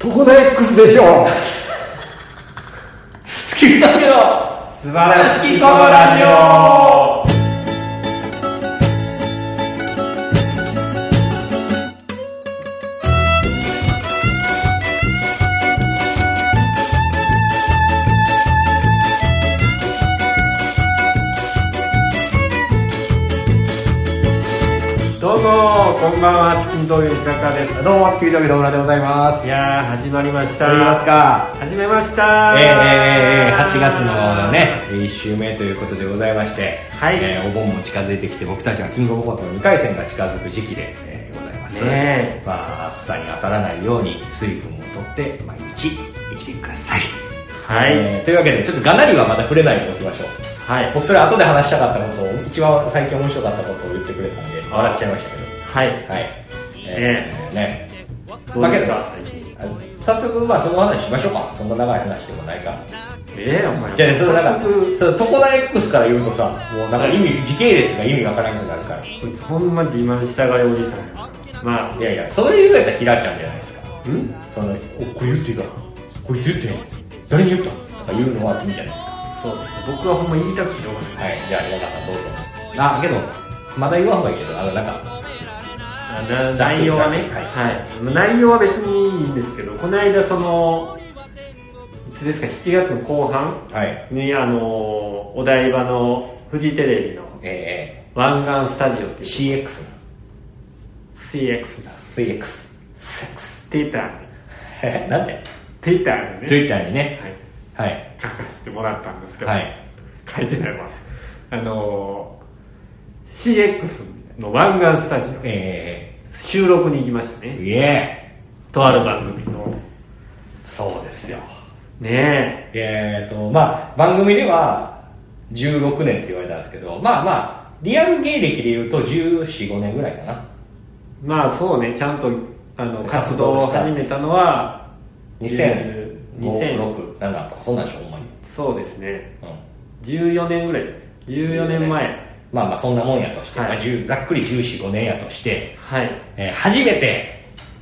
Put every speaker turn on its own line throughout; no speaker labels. ここで X でしょう
突き止めろ
素晴らしき
引き
このラジオ
オ
どうもこんばんは月見峠の平川です
どうも、月見峠の村でございます。
いやー始まりました
やりますか。
始めました
えー、えー、えー、8月のね、1週目ということでございまして、
はい
えーお盆も近づいてきて、僕たちはキングオブコントの2回戦が近づく時期で、えーございます。
ね
まあ、暑さに当たらないように、水分をとって、毎日生きてください。
はい、
えーというわけで、ちょっとがなりはまた触れないでおきましょう。
はい
僕それ後で話したかったことを、一番最近面白かったことを言ってくれたんで、笑っちゃいましたけど。
はい
はい。
え
ーね。
どうですか
早速、まあ、その話しましょうか。そんな長い話でもないから。
ええお前
じゃあね、そのなん
早
か
速、
そのトコナ X から言うとさ、もうなんか意味、時系列が意味わからなくなるから。い
こいつほんま自慢したがりおじさんやなまあ
やいや、そういうのやったらひらちゃんじゃないですか。
ん
その、お、これ言っていいかなこれ言っていい誰に言ったとか言うのは君じゃないですか。
そうですね僕はほんま言いたくてしょうがない
はい、じゃあ、平川さんどうぞ。あ、けど、まだ言わんほうがいいけど、あの、なんか、
あな内容はね、
はい
はい内容は別にいいんですけどこの間そのいつですか7月の後半
はい。
にあのお台場のフジテレビの
え
湾岸スタジオって
ー、
いう
CX。
CX だ
CX。
テーターに
え なんで
テーターにね、
?Twitter にね。
はい、
はい。
書かせてもらったんですけど、
はい。
書いてないわあの CX の湾岸スタジオ
え
収録に行きました
ー、
ね
いえ
とある番組の
そうですよ。
ねえ
えーと、まあ、番組では16年って言われたんですけど、まあまあ、リアル芸歴で言うと14、5年ぐらいかな。
まあそうねちゃんとあの活
活動
動を
した
始めたのは
2005、
2000
6、7とか、そんなんでしょ、ほんまに。
そうですね
うん。
14年ぐらい14年前
まあまあ、そんなもんやとして、
はい
まあ、10ざっくり14、5年やとして、
はい
えー初めて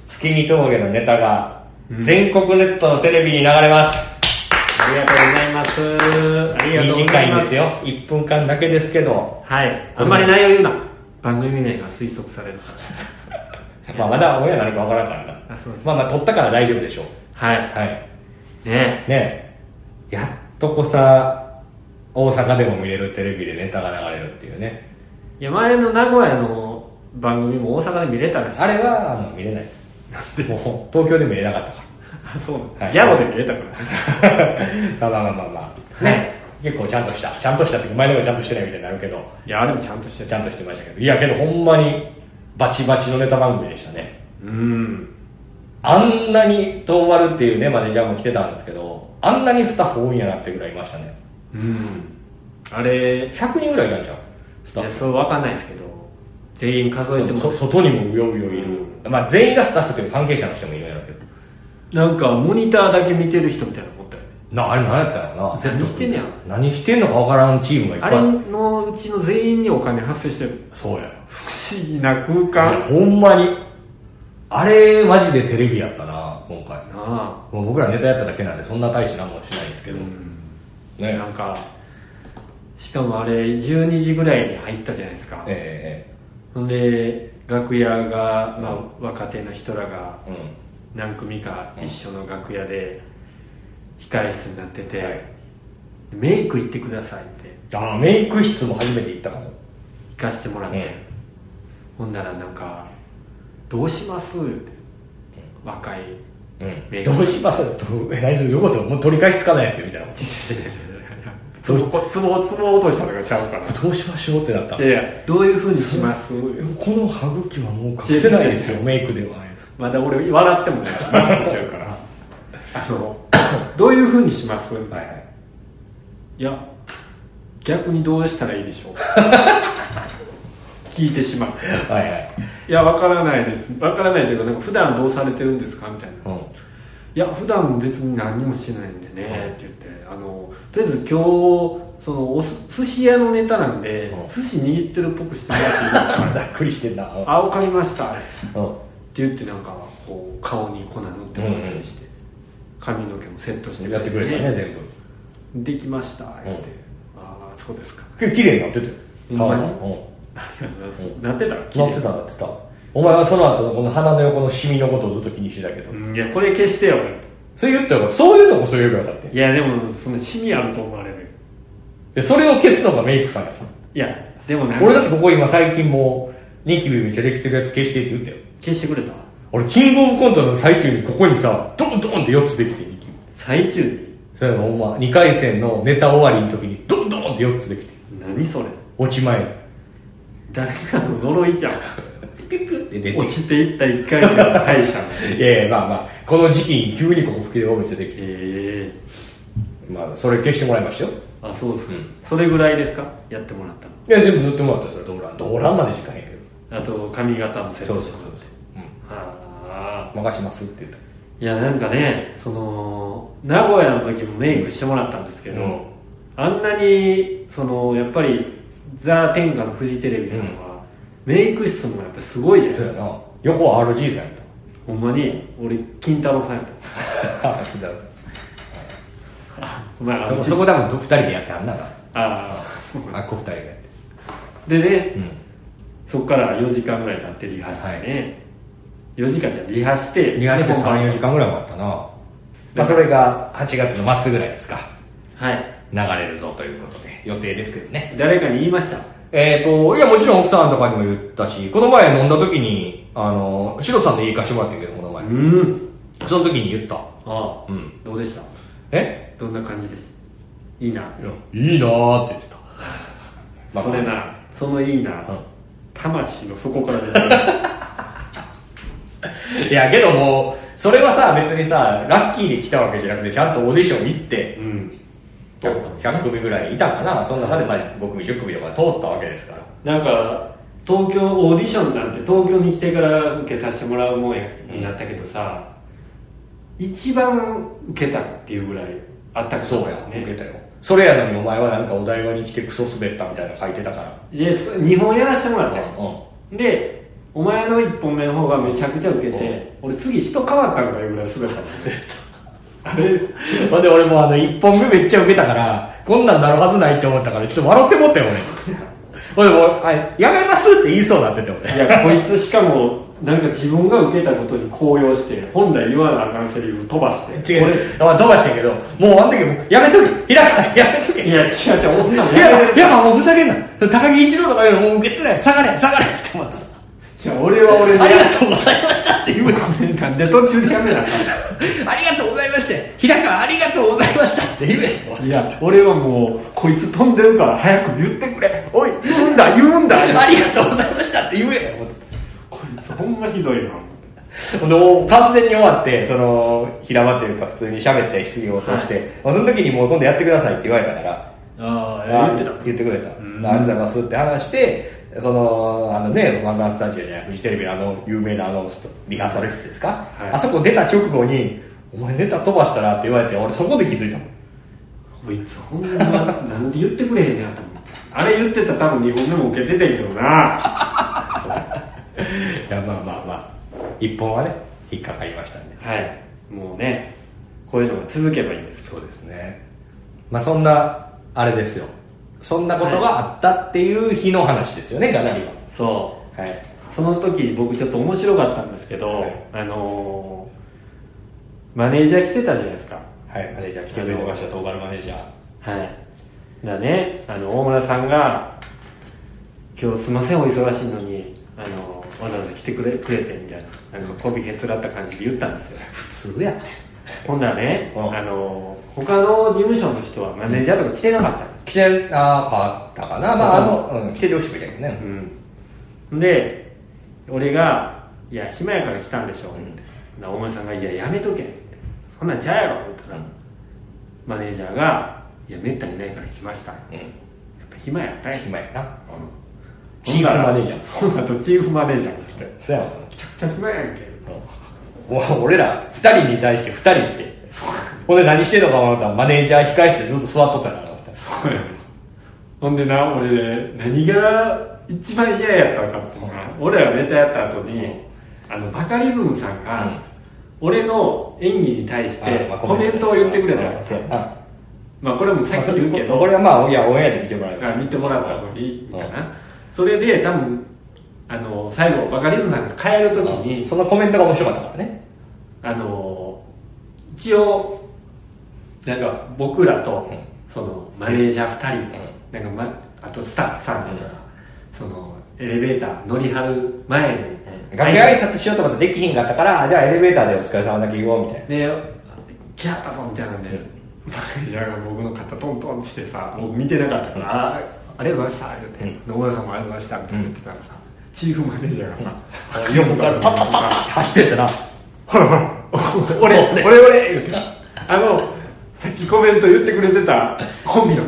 月見峠のネタが
うん
全国ネットのテレビに流れます。
ありがとうございますありがとうござ
短
い
いん
ま
ですすよ。1分間だけですけど、
はいあんまり内容言うな番組名が推測されるか
まあ、まだ親なのかわからんからな。
らあそうです
まあまあ、取ったから大丈夫でしょう。
はい
はい。
ね
ねえやっとこさ大阪でも見れるテレビでネタが流れるっていうね
いや前の名古屋の番組も大阪で見れたらしい
あれはあの見れないですもう東京で見れなかったか
あそう
はい
ギャゴで見れたから
らまあまあまあまあまあね結構ちゃんとしたちゃんとしたっていうか前のがちゃんとしてないみたいになるけど
いやあれもちゃんとして
ち
た
ゃんとしてましたけどいやけどほんまにバチバチのネタ番組でしたね
うん
あんなに遠まるっていうねマネージャーも来てたんですけどあんなにスタッフ多いんやなってぐらいいましたね
うんあれ
100人ぐらいいたんちゃうスタ
い
ッ
や
フ
そうわかんないですけど全員数えても
そ外にもうようよいる、まあ、全員がスタッフというか関係者の人もいるんやろうけど
なんかモニターだけ見てる人みたいな思ったよね
なあれ何やったんやろな
何してんねや
何してんのか分からんチームがいっ
あ
ぱい
れ
ある
のうちの全員にお金発生してる
そうや
不思議な空
い
間
やほんまにあれマジでテレビやったな今回
なあ
もう僕らネタやっただけなんでそんな大して何もしないんですけど、ね
なんかしかもあれ12時ぐらいに入ったじゃないですか
ええ
ほんで楽屋が、まあ、若手の人らが
ええうん
何組か一緒の楽屋で控え室になってて、
はい
メイク行ってくださいって
ああメイク室も初めて行ったかも
行かしてもらって、
うん
ほんならなんか「どうします?」って若い
うん
メイク
どうしますとえ何するどういうこともう取り返しつかないですよみたいな
つぼつぼつぼ落としたとかちゃうか
どうしましょうってなった
らいやいやどういうふうにします
この歯茎はもう隠せないですよメイクでは
まだ俺笑ってもない マスクしちゃうからあの どういうふうにします、い、
はいはい
や逆にどうしたらいいでしょ う聞いてしまう
はいはい。
いやわからないですわからないというかなんか普段どうされてるんですかみたいな
うん。
いや普段別に何もしてないんでね、
うん
って言ってあのとりあえず今日そのおす寿司屋のネタなんで、
う
寿
ん
司握ってるっぽくしてもらっていいですか
ざっくりしてんな。
あわかりましたって
うん。
言ってなんかこう顔に粉塗ってもらったりして、髪の毛もセットして
やってくれたね全部
できましたって、
うん
ああそうですか
けど綺麗になってたよ
ほんまに
うん
ありがとうございます なってたら綺
な
麗
ってたなってたお前はその後のこの鼻の横のシミのことをずっと気にしてたけど、
うんいやこれ消してよ
それ言ったらそういうのこそ言えばよかったよ
いやでもそのシミあると思われる
でそれを消すのがメイクさんや
いやでもなんか
俺だってここ今最近もうニキビめっちゃできてるやつ消してって言ったよ
消してくれた
俺キングオブコントの最中にここにさドンドンって4つできてニキビ
最中に
それほんま2回戦のネタ終わりの時にドンドンって4つできて
何それ
落ち前に
誰かの呪いじゃ ん
ピュピュって出
落ちていった1回戦の敗 者
ていやいやまあまあこの時期に急にここ吹き出をめっちゃできて
ええ
まあそれ消してもらいましたよ
あそうですか、
うん
それぐらいですかやってもらった
いや全部塗ってもらったよそれドーランドーランまでしかへんけど
のあと髪型もセットしてもらって
うん
ああ
任しますって言った
いやなんかねその名古屋の時もメイクしてもらったんですけど、
うん
あんなにそのやっぱりザ・天下のフジテレビさんは、メイク室もやっぱりすごいじゃない
そう
ですか
やな横は RG さんやと
ほんまに俺金太郎さんやとお前あ
そ
の
こそこ多分2人でやってあんなか
あー
あっこ2人がやって
でね、
うん
そこから4時間ぐらい経ってリハしてね、4時間じゃリハして
リハして
で本番
34時間ぐらいもあったな、まあ、それが8月の末ぐらいですか
はい
流れるぞということで予定ですけどね
誰かに言いました
えっ、といやもちろん奥さんとかにも言ったしこの前飲んだ時にあのシロさんの家行かしてもらったけどこの前
うん
その時に言った
ああ、
うん
どうでした
え
どんな感じでしたいいない
やいいなーって言ってた、 まあ、
それなそのいいな、
うん
魂の底から 出てる
いやけどもうそれはさ別にさラッキーで来たわけじゃなくてちゃんとオーディション行って
うん
100 100組ぐらいいたかなその中でまあ5組10組とか通ったわけですから
なんか東京オーディションなんて東京に来てから受けさせてもらうもんやになったけどさ、一番受けたっていうぐらいあったかった
受け
ね
たよそれやのにお前はなんかお台場に来てクソ滑ったみたいなの書いてたから
でそ日本やらせてもらったよ、
うん
でお前の1本目の方がめちゃくちゃ受けて、俺次人変わったんかいうぐらい滑 ったもんあれ
ほんで俺もあの1本目めっちゃ受けたからこんなんなるはずないって思ったからちょっと笑ってもったよ俺 ほんでもうはいやめますって言いそうになってて俺
いやこいつしかもなんか自分が受けたことに高揚して本来言わなあかんセリフ飛ばして
違う
俺
まあ飛ばしたけどもうあの時もうやめとけ開かないやめとけ
いや違う違う女も
いや、いや、もうふざけんな。高木一郎とかいうのもう受けてない。下がれ、下がれって思ってさ。
いや俺は俺
あり
で
がとうございましたって言うの。
なんで途中でやめなあ
ありがとうございました。平川ありがとうございましたって言え よ。
かんいや俺はもうこいつ飛んでるから早く言ってくれおい言うんだ言うんだ
ありがとうございましたって言えよ。思って
こいつほんまひどいな
ほんでもう完全に終わって、その、平場というか普通に喋って質疑応答して、まあその時にもう今度やってくださいって言われたから、
あ
あ言ってくれた。あ
ん
りがとうございますって話して、その、あのね、ワンダースタジオじゃない、フジテレビのあの、有名なあの、リハーサル室ですか、
はい
あそこ出た直後に、お前ネタ飛ばしたなって言われて、俺そこで気づいたもん。
こいつほんまなんで言ってくれへんねやと思ってあれ言ってたら多分2本目も受けててんけどない
や、まあまあまあ、一本はね、引っかかりましたんで。
はいもうねこういうのが続けばいいんです
そうですね。まあそんな、あれですよ。そんなことがあったっていう日の話ですよね、かなりは。
そう
はい。
その時僕ちょっと面白かったんですけど、
はい
あのーマネージャー来てたじゃないですか
はい、マネージャー来てくれてました、トーカルマネージャー。
はいだねあの大村さんが「今日すいませんお忙しいのにあのわざわざ来てくれくれて」みたいななんかこびへつらった感じで言ったんですよ
普通やって。
ほんならね、
うん
あの他の事務所の人はマネージャーとか来てなかったの
来てなかったかな、まああの、うん、来ててほしくないけどね。
うん、で俺が「いや暇やから来たんでしょ」な大森さんが「いややめとけ」そんなんちゃうやろ」って言ったら、マネージャーが「いやめったにないから来ました」
う
やっ
ん
ぱ暇やったんや
暇やな。
チーフマネ
ージ ャー。
その後チーフマネージャーが来て
須山さん
「めちゃくちゃ暇やんけ」
お俺ら2人に対して2人来てほんで何してんのか思ったらマネージャー控え室でずっと座っとったから
そうやろ ほんでな俺何が一番嫌やったかってな、俺らネタやった後に、あのバカリズムさんが、俺の演技に対して
あまあ
コメントを言ってくれた
うんそうやな
まあこれはもうさっき言うけど、
これはまあいやオンエアで見てもらえ
あ
ば
見てもらった方がいいかな、それで多分あの最後バカリズムさんが帰る時
うん
に
そのコメントが面白かったからね
あの一応なんか僕らと、
うん
そのマネージャー2人、
う
なんか、ま、あとスタッフさんとか、そのエレベーター乗り張る前に、
楽屋挨拶しようと思ってできひんかったからあじゃあエレベーターでお疲れ様だけ言おうみたいな
で「来はったぞ」みたいなんでマネージャーが僕の肩トントンってしてさ僕見てなかったから「あありがとうございました」言って「野村さんもありがとうございました」みたいな言ってたら さチーフマネージャーがさ「よく
パッパッパッパッって走ってったな
俺 俺俺俺」言ってあのさっきコメント言ってくれてたコンビの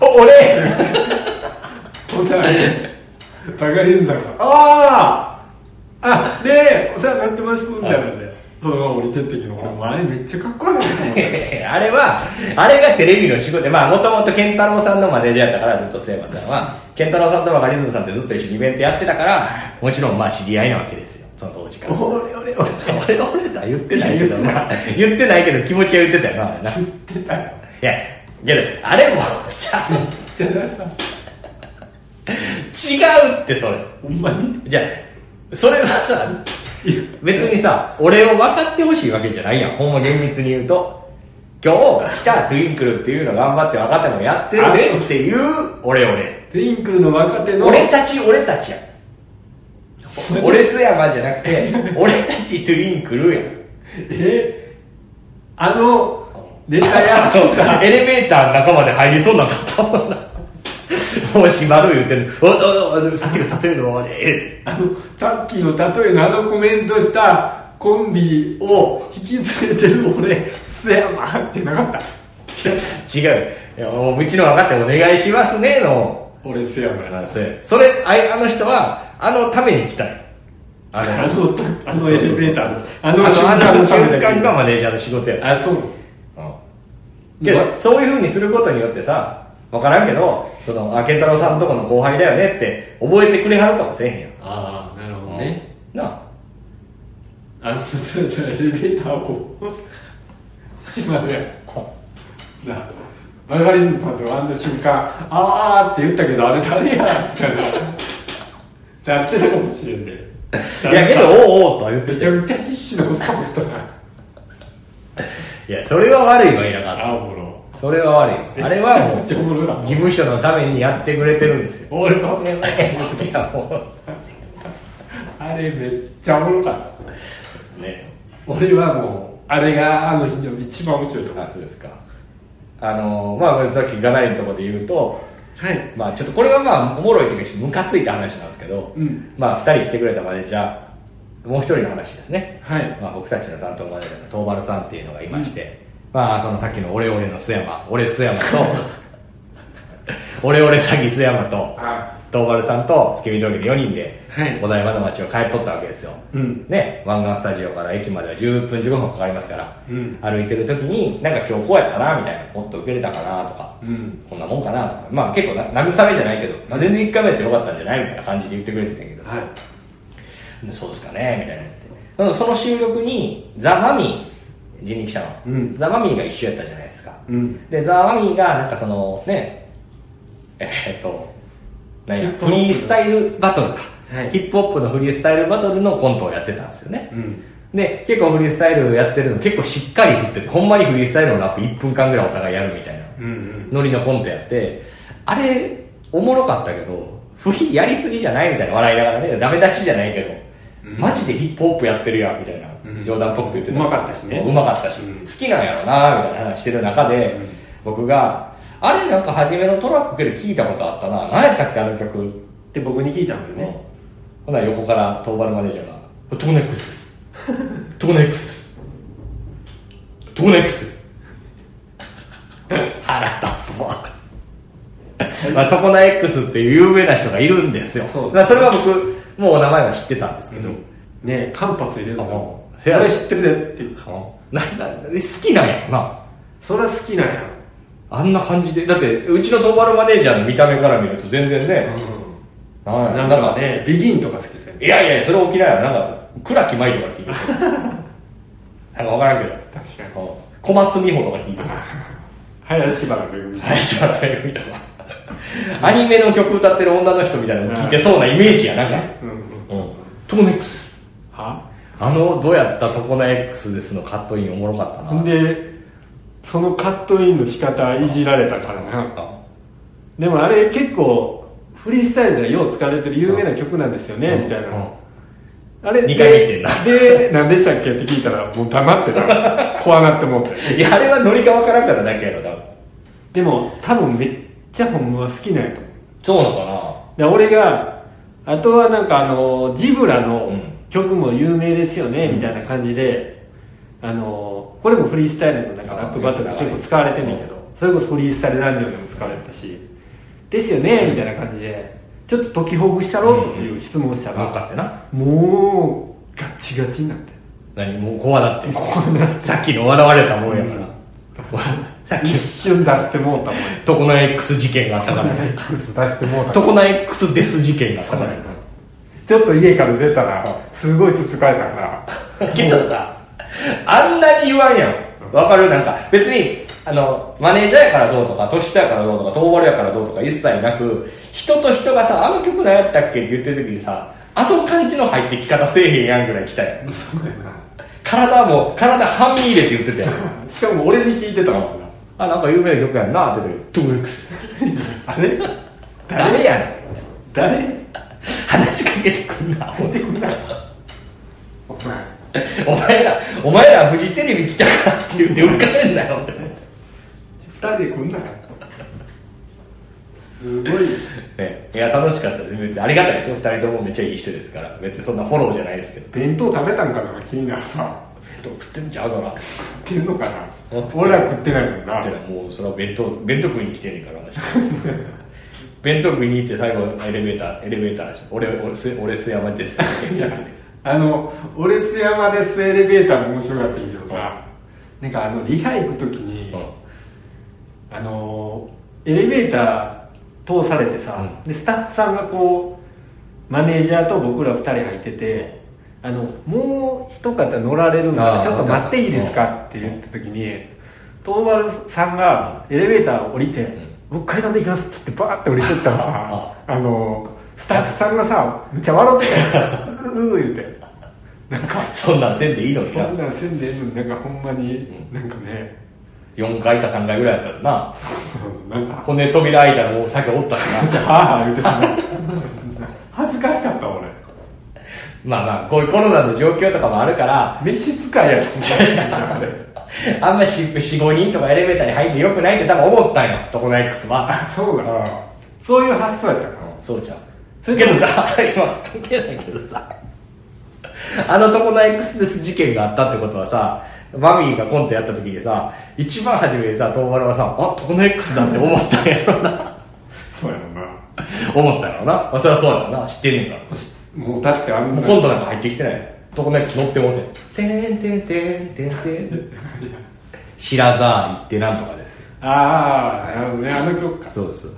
お俺
お世話にバカリズムさんが「あああでお世話になってます」みたいなんでそのまま降りてってきの俺もあれめっちゃかっこ悪いなと思って
あれは、あれがテレビの仕事で、まあもともと健太郎さんのマネージャーやったから、ずっと末山さんは、健太郎さんとバカリズムさんってずっと一緒にイベントやってたから、もちろんまあ知り合いなわけですよ、その当時から。
俺俺俺
俺、俺とは言ってないけ
言
ど
って
な、言ってないけど気持ちは言ってたよな、あれな。い
言ってたよ
や、けど、あれも、
じゃあさ
じゃあ違うってそれ。
ほんまに
じゃあ、それはさ、
いや
別にさ、俺を分かってほしいわけじゃないやん。ほんま厳密に言うと。今日来たトゥインクルっていうの頑張って若手もやってるねっていう、俺俺。
トゥインクルの若手の
俺たち俺たちやん。俺すやまじゃなくて、俺たちトゥインクルやん。
えあのネタやってた
エレベーターの中まで入りそうになっちゃったもんな。もう閉まる言うてんの。おおお、でもさっきの例えのままで。
あのさっきの例えのあのコメントしたコンビを引き連れてる俺須山ってなかった
違う。いやもううちの若手お願いしますねの。
俺須山や
あそれそれあいあの人はあのために来たい あ
あのあのエレベーターの
あ
あ
の
の瞬間のため
瞬
だけ
間がマネージャーの仕事や
あそう
うんけどそういうふうにすることによってさ分からんけどそのあ健太郎さんとこの後輩だよねって覚えてくれはるかもしれへんや
ああなるほど
ん
ね
なあ
あ のそうそうエレベーターをこう閉まるやんなあバカリズムさんと会った瞬間「あーあ」って言ったけどあれ誰やみたいなじゃあやってたかもしれんで、
いやけどおうおうとは言って
めちゃめちゃ必死なことだったない
やそれは悪いわ稲川さ
あおもろ
んそれは悪いわあれはも
めちゃめちゃおもろかっ
う
た
事務所のためにやってくれてるんです よ
俺はね
いやもう
あれめっちゃおもろかった
ね
俺はもうあれがあの日の一番面白いとこ
あそうですかあのまあさっきガナリのところで言うと
はい
まあちょっとこれはまあおもろいというかちょっとムカついた話なんですけど、
うん
まあ2人来てくれたマネージャーもう一人の話ですね、
はい
まあ、僕たちの担当マネージャーの東丸さんっていうのがいまして、まあそのさっきのオレオレの須山俺須山と オレオレ詐欺須山と
あ
東丸さんと月見峠で4人で
はい
お台場の街を帰っとったわけですよ、
うん
ね、湾岸スタジオから駅までは10分15分かかりますから、
うん
歩いてる時になんか今日こうやったなみたいなもっと受けれたかなとか、
うん
こんなもんかなとかまあ結構な慰めじゃないけど、まあ、全然1回目やってよかったんじゃないみたいな感じで言ってくれてたけど、
はい
でそうですかねみたいな言ってでもその収録にザ・マミー人力車の、
うん
ザ・マミーが一緒やったじゃないですか、
うん
でザ・マミーがなんかそのねえーっと何や
ヒップ
フ
ホップ
リースタイルバトルか、
はい
ヒップホップのフリースタイルバトルのコントをやってたんですよね、
うん
で結構フリースタイルやってるの結構しっかり振っててほんまにフリースタイルのラップ1分間ぐらいお互いやるみたいな、
うんうん
ノリのコントやってあれおもろかったけどフリーやりすぎじゃないみたいな笑いながらねダメ出しじゃないけど、マジでヒップホップやってるやんみたいな、
うん
冗談っぽく言ってた
うまかったしね
うまかったし、
うん
好きなんやろなみたいな話してる中で、
うん
僕があれなんか初めのトラックけど聞いたことあったな何やったっけあの曲
で僕に聞いたんだよ
ね
ね、
ほな横から東原マネージャーが「トーネックスです」「トーネックスです」「トーネックスです」腹立つわまあ、トコナ X っていう有名な人がいるんですよ
そう
まあそれは僕もうお名前は知ってたんですけど、
ね間髪入れず
ああ
こ
部
れ
屋
知ってるでって
ななな好きなんやろな
それは好きなんやろ
あんな感じでだってうちの東原マネージャーの見た目から見ると全然ね、なんや
なん
なん
か
か
ねビギンとか好きですよね
いやいやそれ沖縄やなんか倉木舞とか聞いてなんかわからんけど
確かに
こう小松美穂とか聞いてしまう
林原めぐみ
林原めぐみとかアニメの曲歌ってる女の人みたいなの聞いてそうなイメージやなんか
うんうん
うんトコネックス
は
あのどうやったトコナ X ですのカットインおもろかったなん
でそのカットインの仕方いじられたからな
あ
でもあれ結構フリースタイルではよう使われてる有名な曲なんですよね、
うん
みたいな、
うん
あれ
二回見てんな
でで何でしたっけって聞いたらもう黙ってた怖なって思って
いやあれはノリがわからんからだけやろ多分
でも多分めっちゃ本物は好きなんやと思う
そうなのか
で俺があとはなんかあのジブラの
うん
曲も有名ですよね、みたいな感じであのこれもフリースタイルのなんか
あー
ラップバトルで結構使われてんねんけど、それこそフリースタイルラジオでも使われたしですよね、みたいな感じでちょっと解きほぐしたろという質問をした
な
ら、
なんかってな
もうガチガチになって
何もう怖だってさっきの笑われたもんやから、さっき
一瞬出してもうたもん
トコナ X 事件があったからね
X 出してもうた
トコナ X デス事件があった
そう
か
な
ら
ん
ね
やちょっと家から出たらすごいつつかれたから
けどさあんなに言わんやんわかるなんか別にあのマネージャーやからどうとか年下やからどうとか遠割れやからどうとか一切なく人と人がさあの曲何やったっけって言ってる時にさあの感じの入ってき方せえへんやんぐらい来たやん体も体半身入れって言ってたやん
しかも俺に聞いてたもんな
あなんか有名な曲やんなって言ってたけど 2X
あれ
ダメやん
誰
話しかけてくんな
出てこないお前
お前らお前らフジテレビ来たからって言って浮かべんなよって思って
二人で来んなよすごい
ね、いや楽しかったです別にありがたいですよ2人ともめっちゃいい人ですから別にそんなフォローじゃないですけど
弁当食べたんかな気になるな
弁当食ってんじゃんそらっ
食ってんのかな
食ってる
俺ら食ってないもんな
てのはもうそれは弁当弁当食いに来てんねんから私弁当食いに行って最後エレベーターエレベーター俺俺す俺須山です
いやあの俺須山ですエレベーターも面白かったけどさなんかあのリハ行く時に、あのーエレベーター通されてさ、でスタッフさんがこうマネージャーと僕ら2人入ってて、あのもう一方乗られるん
あ
だ
ー
ちょっと待っていいですかって言った時に東丸さんがエレベーター降りて、僕階段で行きますっつってバーって降りてったらさあのースタッフさんがさめっちゃ笑ってたよううー言ってなんか
そんなんせんでいいのに
そ
なん
なんせんでええのになんかほんまになんかね
4回か3回ぐらいやったら
なんか
な骨扉開いたらもう酒おったから
ああ言うてたね恥ずかしかった俺
まあまあこういうコロナの状況とかもあるから
飯使いやつ
あんまし45人とかエレベーターに入ってよくないって多分思ったんよ、とこの X は。
そうだ
うん
そういう発想やったか
そうじゃん。
それ
けどさ、 今関係ないけどさ、あのとこの X です事件があったってことはさ、マミーがコントやった時にさ、一番初めにさ、東丸はさ、あ、とこの X だって思ったんやろな。
そうやろな
思ったんやろな。まあ、それはそうだろな。知ってんねんから。
もうだってあんな
もうコントなんか入ってきてない。とこの X 乗ってもうて。てんてんてんてんてん。白沢行ってなんとかです。
ああなるほどねあの曲か
そうそう。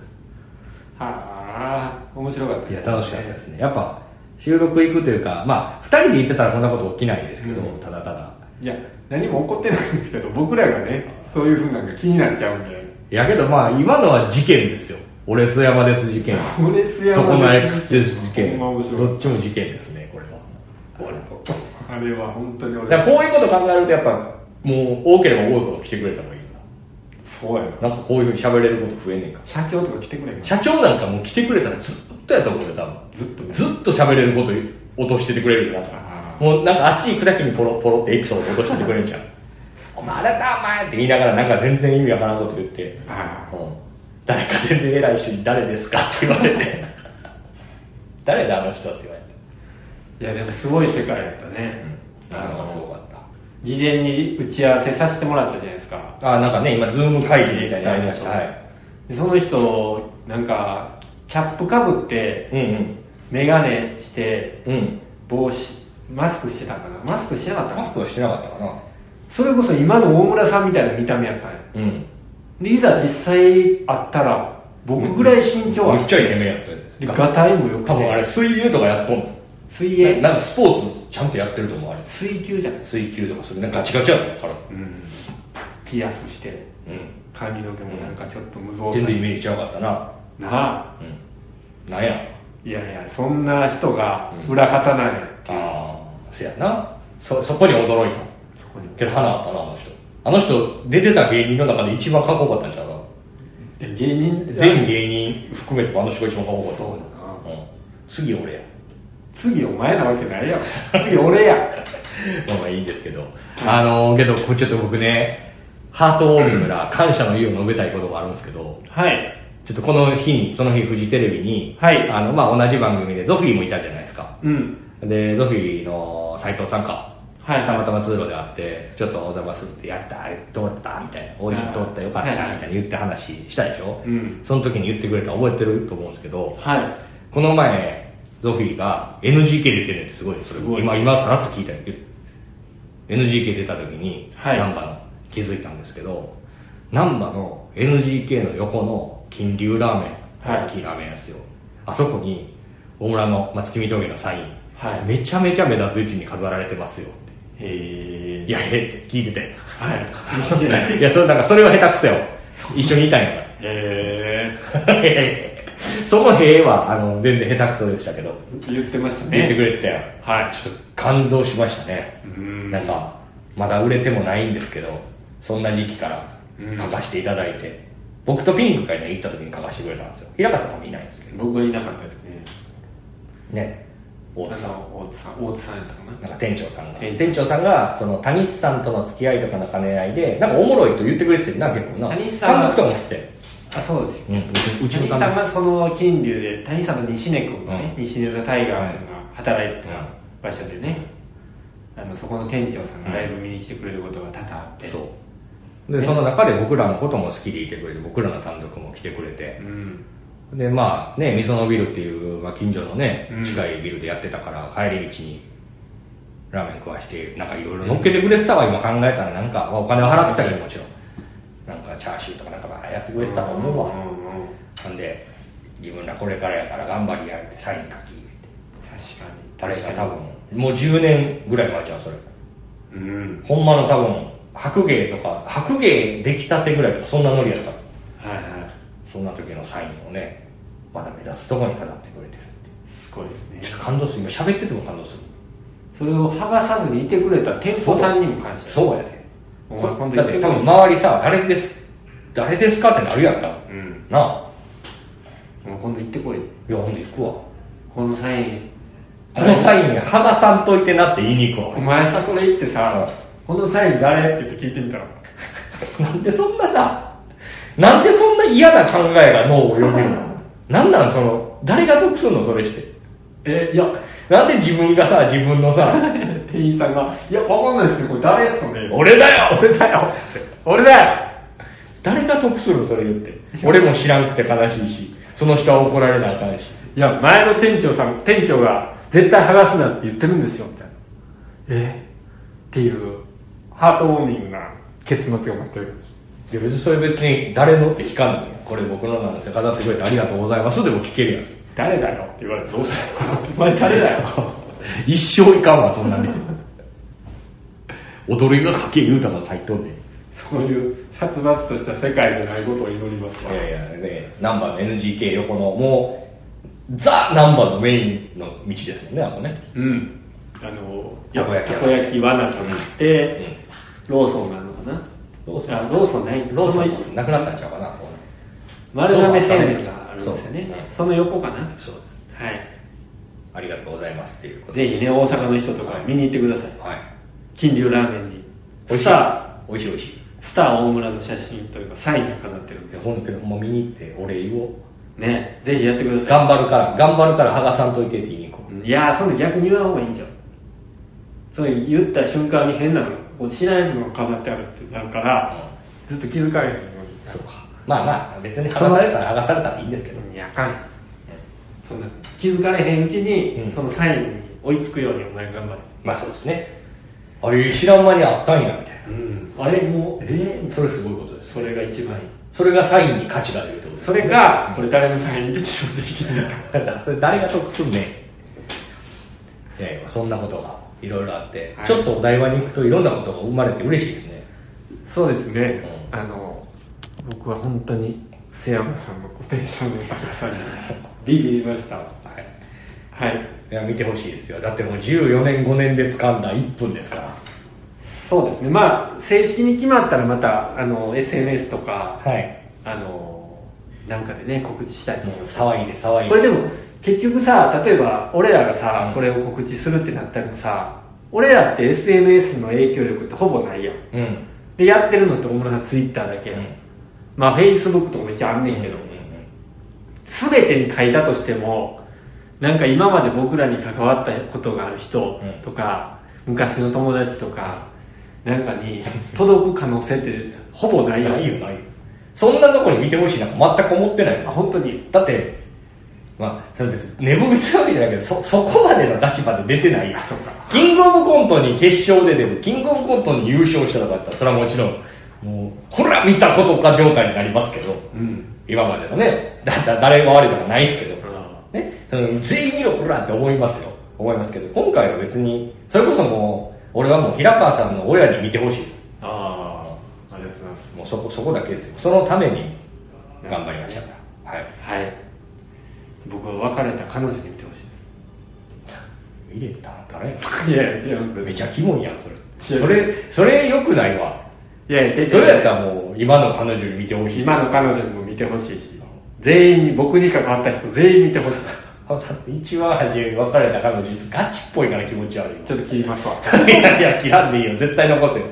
ああ面白かった
いや楽しかったですねやっぱ収録行くというかまあ2人で行ってたらこんなこと起きないですけど、ただただ
いや何も起こってないんですけど僕らがねそういうふうなんか気になっちゃうんで
いやけどまあ今のは事件ですよ俺須山です事件
俺須山です
とこの X です事件
ほんま面白い
どっちも事件ですねこれは
あれは本当に
だ
俺
からこういうこと考えるとやっぱもう多ければ多いほど来てくれた方がいい
そうやな
ななんかこういうふうに喋れること増えんねんから
社長とか来てくれんか
社長なんかもう来てくれたらずっとやと思うよ多分
ずっとね
ずっと喋れること落としててくれるよなんか
あ
もうなんかあっち行くだけにポロポロってエピソード落としててくれるじゃんお前あなたお前って言いながらなんか全然意味わからんこと言って、
あああ
うん誰か全然偉い人に誰ですかって言われて 誰だあの人って言われ
い
て
やでもすごい世界やったね、
なかなかすごかっ
事前に打ち合わせさせてもらったじゃないですか
たあなんかね今ズーム会議みたいなのありました
は
はいい
でその人なんかキャップかぶって
うん
眼鏡して
うんうん
帽子マスクしてたかなマスクしてなかったか
マ
な
スクはしてなかったかな
それこそ今の大村さんみたいな見た目やったんや
うん
でいざ実際会ったら僕ぐらい身長あ
めっ
っ
ちゃイケメンやったよ
でガタイもよく
多分あ
て
れ水泳とかやっとんの
水泳
ななんかスポーツちゃんとやってると思うあれ
水球じゃない
水球とかそれねガチガチやったから
うんピアスして
うん
髪の毛もなんかちょっと無造
全
作
然イメージちゃうかったな
なあ
うんなんや
いやいやそんな人が裏方なんや、
ああせやなそそこに驚いた
そこに
けど花あったなあの人あの人出てた芸人の中で一番かっこよかったんちゃうか
え芸人
全芸人含めてあの人が一番かっこよか
そう
っ
だな
た、うん、次 俺や
次お前なわけないやん次俺 や
まあまあいいんですけど、あのけどこれちょっと僕ねハートウォーミングな感謝の意を述べたいことがあるんですけど
はい
ちょっとこの日にその日フジテレビに、
はい
あのまあ、同じ番組でゾフィーもいたじゃないですか
うん
でゾフィーの斎藤さんか
はい
たまたま通路で会ってちょっとお邪魔するってやったあれ通ったみたいなオーディション通ったよかった
は
み
いはい
たいな言って話したでしょ、
うん
その時に言ってくれた覚えてると思うんですけど
はい
この前ゾフィーが NGK 出てるってすごいですそれ
すごい
今今さらっと聞いたよ NGK 出た時に
はい
難波の気づいたんですけど難波の NGK の横の金龍ラーメン
はい
大きいラーメン屋ですよあそこに大村の松木峠のサイン、
はい
めちゃめちゃ目立つ位置に飾られてますよって
へ
いやええって聞いてて
はい
いやそれなんかそれは下手くそよ一緒にいたんやから
え
いやいやいや その塀はあの全然下手くそでしたけど
ー、言ってましたね
言ってくれてたよ
はい
ちょっと感動しましたね
うん
なんかまだ売れてもないんですけどそんな時期から
うん
書かせていただいて僕とピンクがね行った時に書かせてくれたんですよ平川さん多分いないんですけど
僕はいなかったですね
ね大
大
津
津
さ
さん
ん
大津さん大津さんやったか
なんか店長さんが
ええ
店長さんがその谷さんとの付き合いとかの兼ね合いでなんかおもろいと言ってくれてるな結構な
谷さん
単独とかも来て
なあそうです
うんうちの
谷
単
さん
独
がその金龍で谷さんの西根君がね、
う
西根座タイガー君が働いてた場所でね、あのそこの店長さんがライブ見に来てくれることが多々あって
そうでその中で僕らのことも好きでいてくれて僕らの単独も来てくれて、
うん
でまあねみそのビルっていう、まあ、近所のね
うん
近いビルでやってたから、帰り道にラーメン食わしてなんかいろいろ乗っけてくれてたわ、今考えたらなんか、まあお金は払ってたけどもちろんなんかチャーシューとかなんかまあやってくれてたと思うわ、
んうんうん
なんで自分らこれからやから頑張りやってサイン書き入れて
確か
誰
に
か多分もう10年ぐらい前じゃんそれ
うん
ほんまの多分白芸とか白芸できたてぐらいとかそんなノリやった
はいは
そんな時のサインをねまだ目立つとこに飾ってくれてるっていう
いすごいですね
ちょっと感動する今喋ってても感動する
それを剥がさずにいてくれた店舗さんにも感謝
そうやで
お前今度言
だっ
ってて
多分周りさ誰です誰ですかってなるやんか
うん
なあ
もう今度行ってこい
いやほんで行くわ
このサイン
このサイン剥がさんといてなって言いに行くわ
お前さそれ言ってさこのサイン誰って言って聞いてみたら
俺なんでそんなさなんでそんな嫌な考えが脳を呼ぶのなんなんその誰が得すんのそれして
えいや
なんで自分がさ自分のさ
店員さんが「いやわかんないですねこれ誰ですかね
俺だよ俺だよ
俺だよ
誰が得するのそれ言って俺も知らんくて悲しいしその人は怒られなあかんし」
いや前の店長さん店長が「絶対剥がすな」って言ってるんですよみたいなえっていうハートウォーミングな結末が待ってる
いや別にそれ別に誰のって聞かんのよこれ僕のなんですよ飾ってくれてありがとうございますでも聞けるやつ
誰だよって言われてどうするお前誰だよ
一生いかんわそんな店踊りがかけ言うたが入っとんねん
そういう殺伐とした世界じゃないことを祈りますわ
いやいやねナンバーの NGK 横のもうザ・ナンバーのメインの道ですもんねあのね
うんあの
たこ焼き
たこ焼きはなんか行って、ローソンがあるのかな
ローソン
あローソンない
ローソ
その
ンなくなったんちゃうかなそう
丸亀製麺があるんですよ
そう
ね
うん
その横かなは
そう
い
ですありがとうございますっていうことで
ぜひね大阪の人とか見に行ってください
はい
金龍ラーメンに
美味
ス
しい
タ
美味しい美味しい
ースター大村の写真というかサインが飾ってるん
い
で
やほんけどほんま見に行ってお礼言おう
ねぜひやってくださ
頑張るから頑張るから剥がさんといてって言いに行こう
いいやーそんな逆に言わん方がいいんじゃんそう言った瞬間に変なのこう知らんやつの飾ってあるってなるから、ずっと気づかれへんよ
そうかまあまあ別に剥がされたら剥がされたらいいんですけど
うにいやあかんよそんな気づかれへんうちに、
うん
そのサインに追いつくようにお前頑張れ
まあそうですねあれ知らん間にあったんやみたい
うんあれもうえ
なそれすごいことで
ーそれが一番いい
それがサインに価値が出るってこと
それが、これ誰のサインで自分で引き抜い
だからそれ誰が得すんねんいやいやそんなことがいろいろあって、
はい
ちょっとお台場に行くといろんなことが生まれて嬉しいですね
そうですね、
う
あの僕は本当に瀬山さんのポテンシャルの高 さにビビりました
はい
はい
いや見てほしいですよだってもう14年5年で掴んだ1分ですから
そうですねまあ正式に決まったらまたあの SNS とか
はい
あのなんかでね告知したいと
も
思いうます
騒いで騒い
こ
で
れでも結局さ例えば俺らがさ、
うん
これを告知するってなったらさ俺らって SNS の影響力ってほぼないやん
うん
でやってるのって大村さんツイッターだけやん、
うん
まあ Facebook とかめっちゃあんねんけど、全てに書いたとしてもなんか今まで僕らに関わったことがある人とか、昔の友達とかなんかに届く可能性ってほぼないよ
ないよないよそんなとこに見てほしいなんか全く思ってない
あ
もん
本当に
だってまあそれ別に寝坊するわけじゃないけどそそこまでの立場で出てないやん
あそうか
キングオブコントに決勝で出るキングオブコントに優勝したとかだったらそれはもちろんもうほら見たことか状態になりますけど
うん
今までのねだだ誰が悪いとかないですけど、
あ
ね、その全員見ろこらって思いますよ思いますけど今回は別にそれこそもう俺はもう平川さんの親に見てほしいです
あありがとうございます
もうそこそこだけですよそのために頑張りましたからはい
はい僕は別れた彼女に見てほし
入れた誰や
いいやいや違うん
め
で
ちゃキモいやんそ
違
れ
う
それそれよくないわ
すいやいや違う違う
それやったらもう今の彼女に見てほしい
今の彼女にも見てほしいし全員に僕に関わった人全員見てほしい
一番初めに別れた彼女ガチっぽいから気持ち悪い
ちょっと切りますわ
いやいや切らんでいいよ絶対残せよ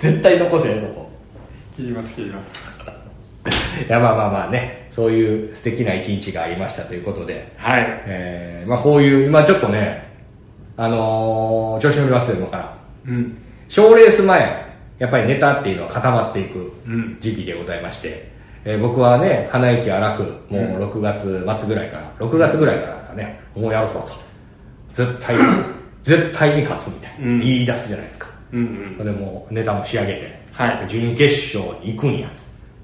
絶対残せよそこ
切ります切ります
いやまあまあまあねそういう素敵な一日がありましたということで
はい
えー、まあこういう今ちょっとねあのー調子乗りますよ今から
うん
賞レース前やっぱりネタっていうのは固まっていく
うん
時期でございまして、えー僕はね鼻息荒くもう6月末ぐらいから、6月ぐらいからなんかねもうやるぞと絶対 に絶対に勝つみたいな、
うん
言い出すじゃないですか
うんうん
でもうネタも仕上げて、
はい
準決勝に行くんやと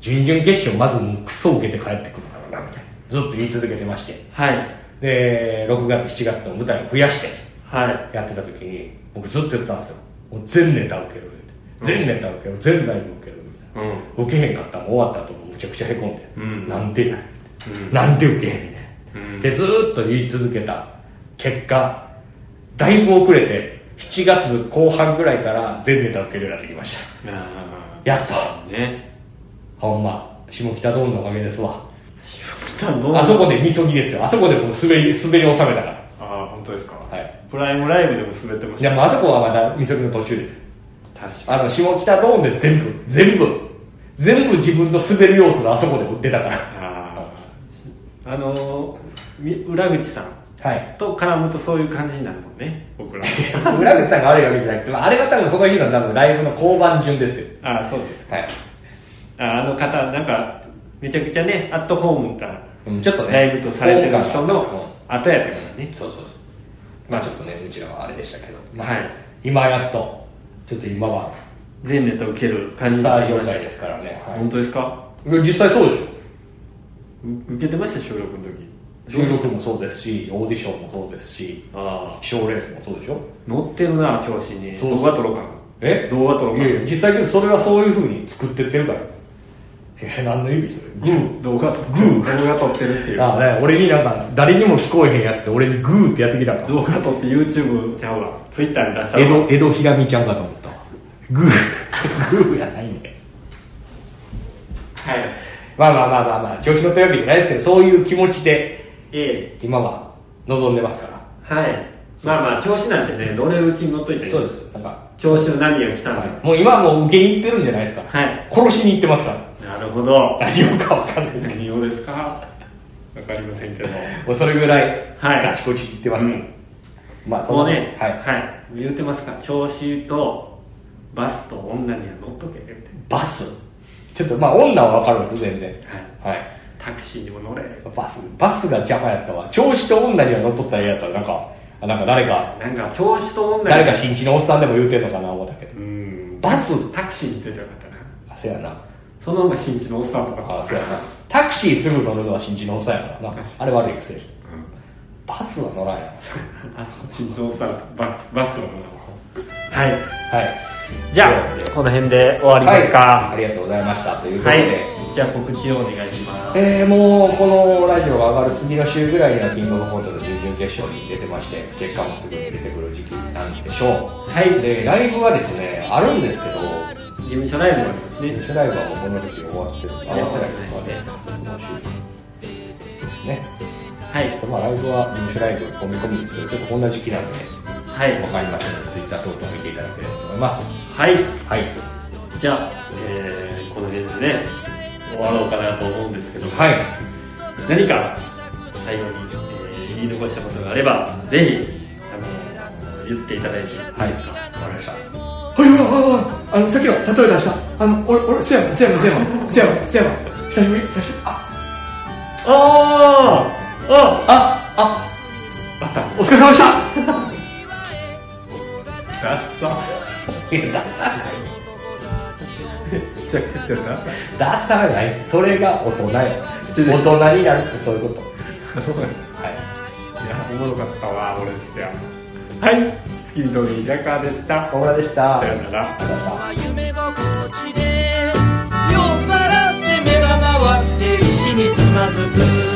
準々決勝まずもうクソ受けて帰ってくるからなみたいなずっと言い続けてまして
はい
で6月7月と舞台を増やして
はい
やってた時に僕ずっと言ってたんですよもう全ネタ受ける言うて全ネタ受ける全ライブ受けるみたいな
うん
受けへんかったもん終わった後もむちゃくちゃへこんで、
うん
なんでや、
うん
なんで受けへんねん、
うん
ってずーっと言い続けた結果だいぶ遅れて7月後半ぐらいから全ネタ受けるようになってきました
あ
やっと
あね
ほんま下北ドームのおかげですわ
北ど
あそこでみそぎですよあそこでもう滑り滑り収めたから
ああ本当ですか
はい
プライムライブでも滑ってまし
で
た
もあそこはまだみそぎの途中です
確か
あの下北ドームで全部全部全部自分の滑る要素があそこで出たから
にあああのーみ裏口さん
はい
と絡むとそういう感じになるもんね僕ら
裏口さんが悪いわけじゃなくて、まあ、あれが多分その日の多分ライブの交番順ですよ。
ああそうです
はい。
ああの方なんかめちゃくちゃねアットホームな
うん、ちょっとね。
ライブとされてる人の
う
後やったか
ん
らね
そうそうそう。まあちょっとね、うちらはあれでしたけど。まあ
はい
今やっと、ちょっと今は、
全ネタ受ける感じ
ス
に
タ
な
ー
り
状
ました
態ですからね。はい
本当ですか
いや実際そうでし
う受けてました収録の時
ょ。収録もそうですし、オーディションもそうですし、
ああ
賞レースもそうでしょ。
乗ってるな調子に
そうそう
動画撮ろうかな
え
動画撮ろう
い
か
やいや、実際けどそれはそういう風に作ってってるから。え、何の指それグー。
な動画撮って
グ
動画撮ってるっていう
あね、俺になんか、誰にも聞こえへんやつって俺にグーってやってきたから。
動画撮って YouTube ちゃうわ Twitter に出した
江
ら
戸、江戸ひらみちゃんかと思ったわグー、グーやないね。
はい
まあまあまあまあまあ、調子乗ったわけじゃないですけど、そういう気持ちで、
ええ
今は望んでますから。
はいまあまあ調子なんてね乗れるうちに乗っといて
そうです。なんか、
調子の波が来たんで
もう今はもう受けに行ってるんじゃないですか。
はい
殺しに行ってますから。
なるほど
何をかわかんないですけ
何用ですかわかりませんけど
ど、もうそれぐらい、
はい
ガチコチ行ってますから。
うん
まあ、そ
も
の
うね
は
はいい、。言うてますから調子とバスと女には乗っとけって
バスちょっと、まあ、女はわかるんですよ、全然。はい
タクシーにも乗れ
バス、バスが邪魔やったわ。調子と女には乗っとったらええやったら、なんか、あなんか誰か、
なんか調子と女に
誰か新地のおっさんでも言うてんのかな思ったけど
うん
バス
タクシーについてよかったな
あそうやな
その方が新地のおっさんとか
あそうやなタクシーすぐ乗るのは新地のおっさんやからなあれ悪い癖
うん
バスは乗らんよ。
あそう心臓さんババスのはい
はい。
じゃあこの辺で終わりますか
はい。ありがとうございました。ということ
はい、
で。
じゃあ告知をお願いします
えー、もうこのラジオが上がる次の週ぐらいにはキングオブコントの準々決勝に出てまして結果もすぐに出てくる時期なんでしょう
はい
でライブはですねあるんですけど
事務所ライブもありますね
練習ライブはもうこの時終わってるあ終わってないですかね今週ですね
はい
ちょっとまあライブは練習ライブ込み込みですけどちょっとこんな時期なんで
はい
分かりましたのでツイッター等々見ていただければと思います
はい
はい
じゃあ、えーこの辺でね終わろうかなと思うんですけど、
はい
何か最後に、えー言い残したことがあればぜひあの言っていただいていいですか
はいわかりました
ほいほいほいあのさっきの例え出したあの俺俺せやもんせやもんせやもんせやもんせやもん久しぶり久しぶりあ
あーあ
ああ
あった
お疲れ様でした
ダッサ
いやダサない
ちょちょダッサ
ダサないそれが大人よ 大人になるってそういうことはい
いやおもろかったわ俺ですよはい月見峠平川でした
小倉でした。あ
さ
り
よ
がとう
なら
ございました。
夢が形で酔っ払って目が回って石につまずく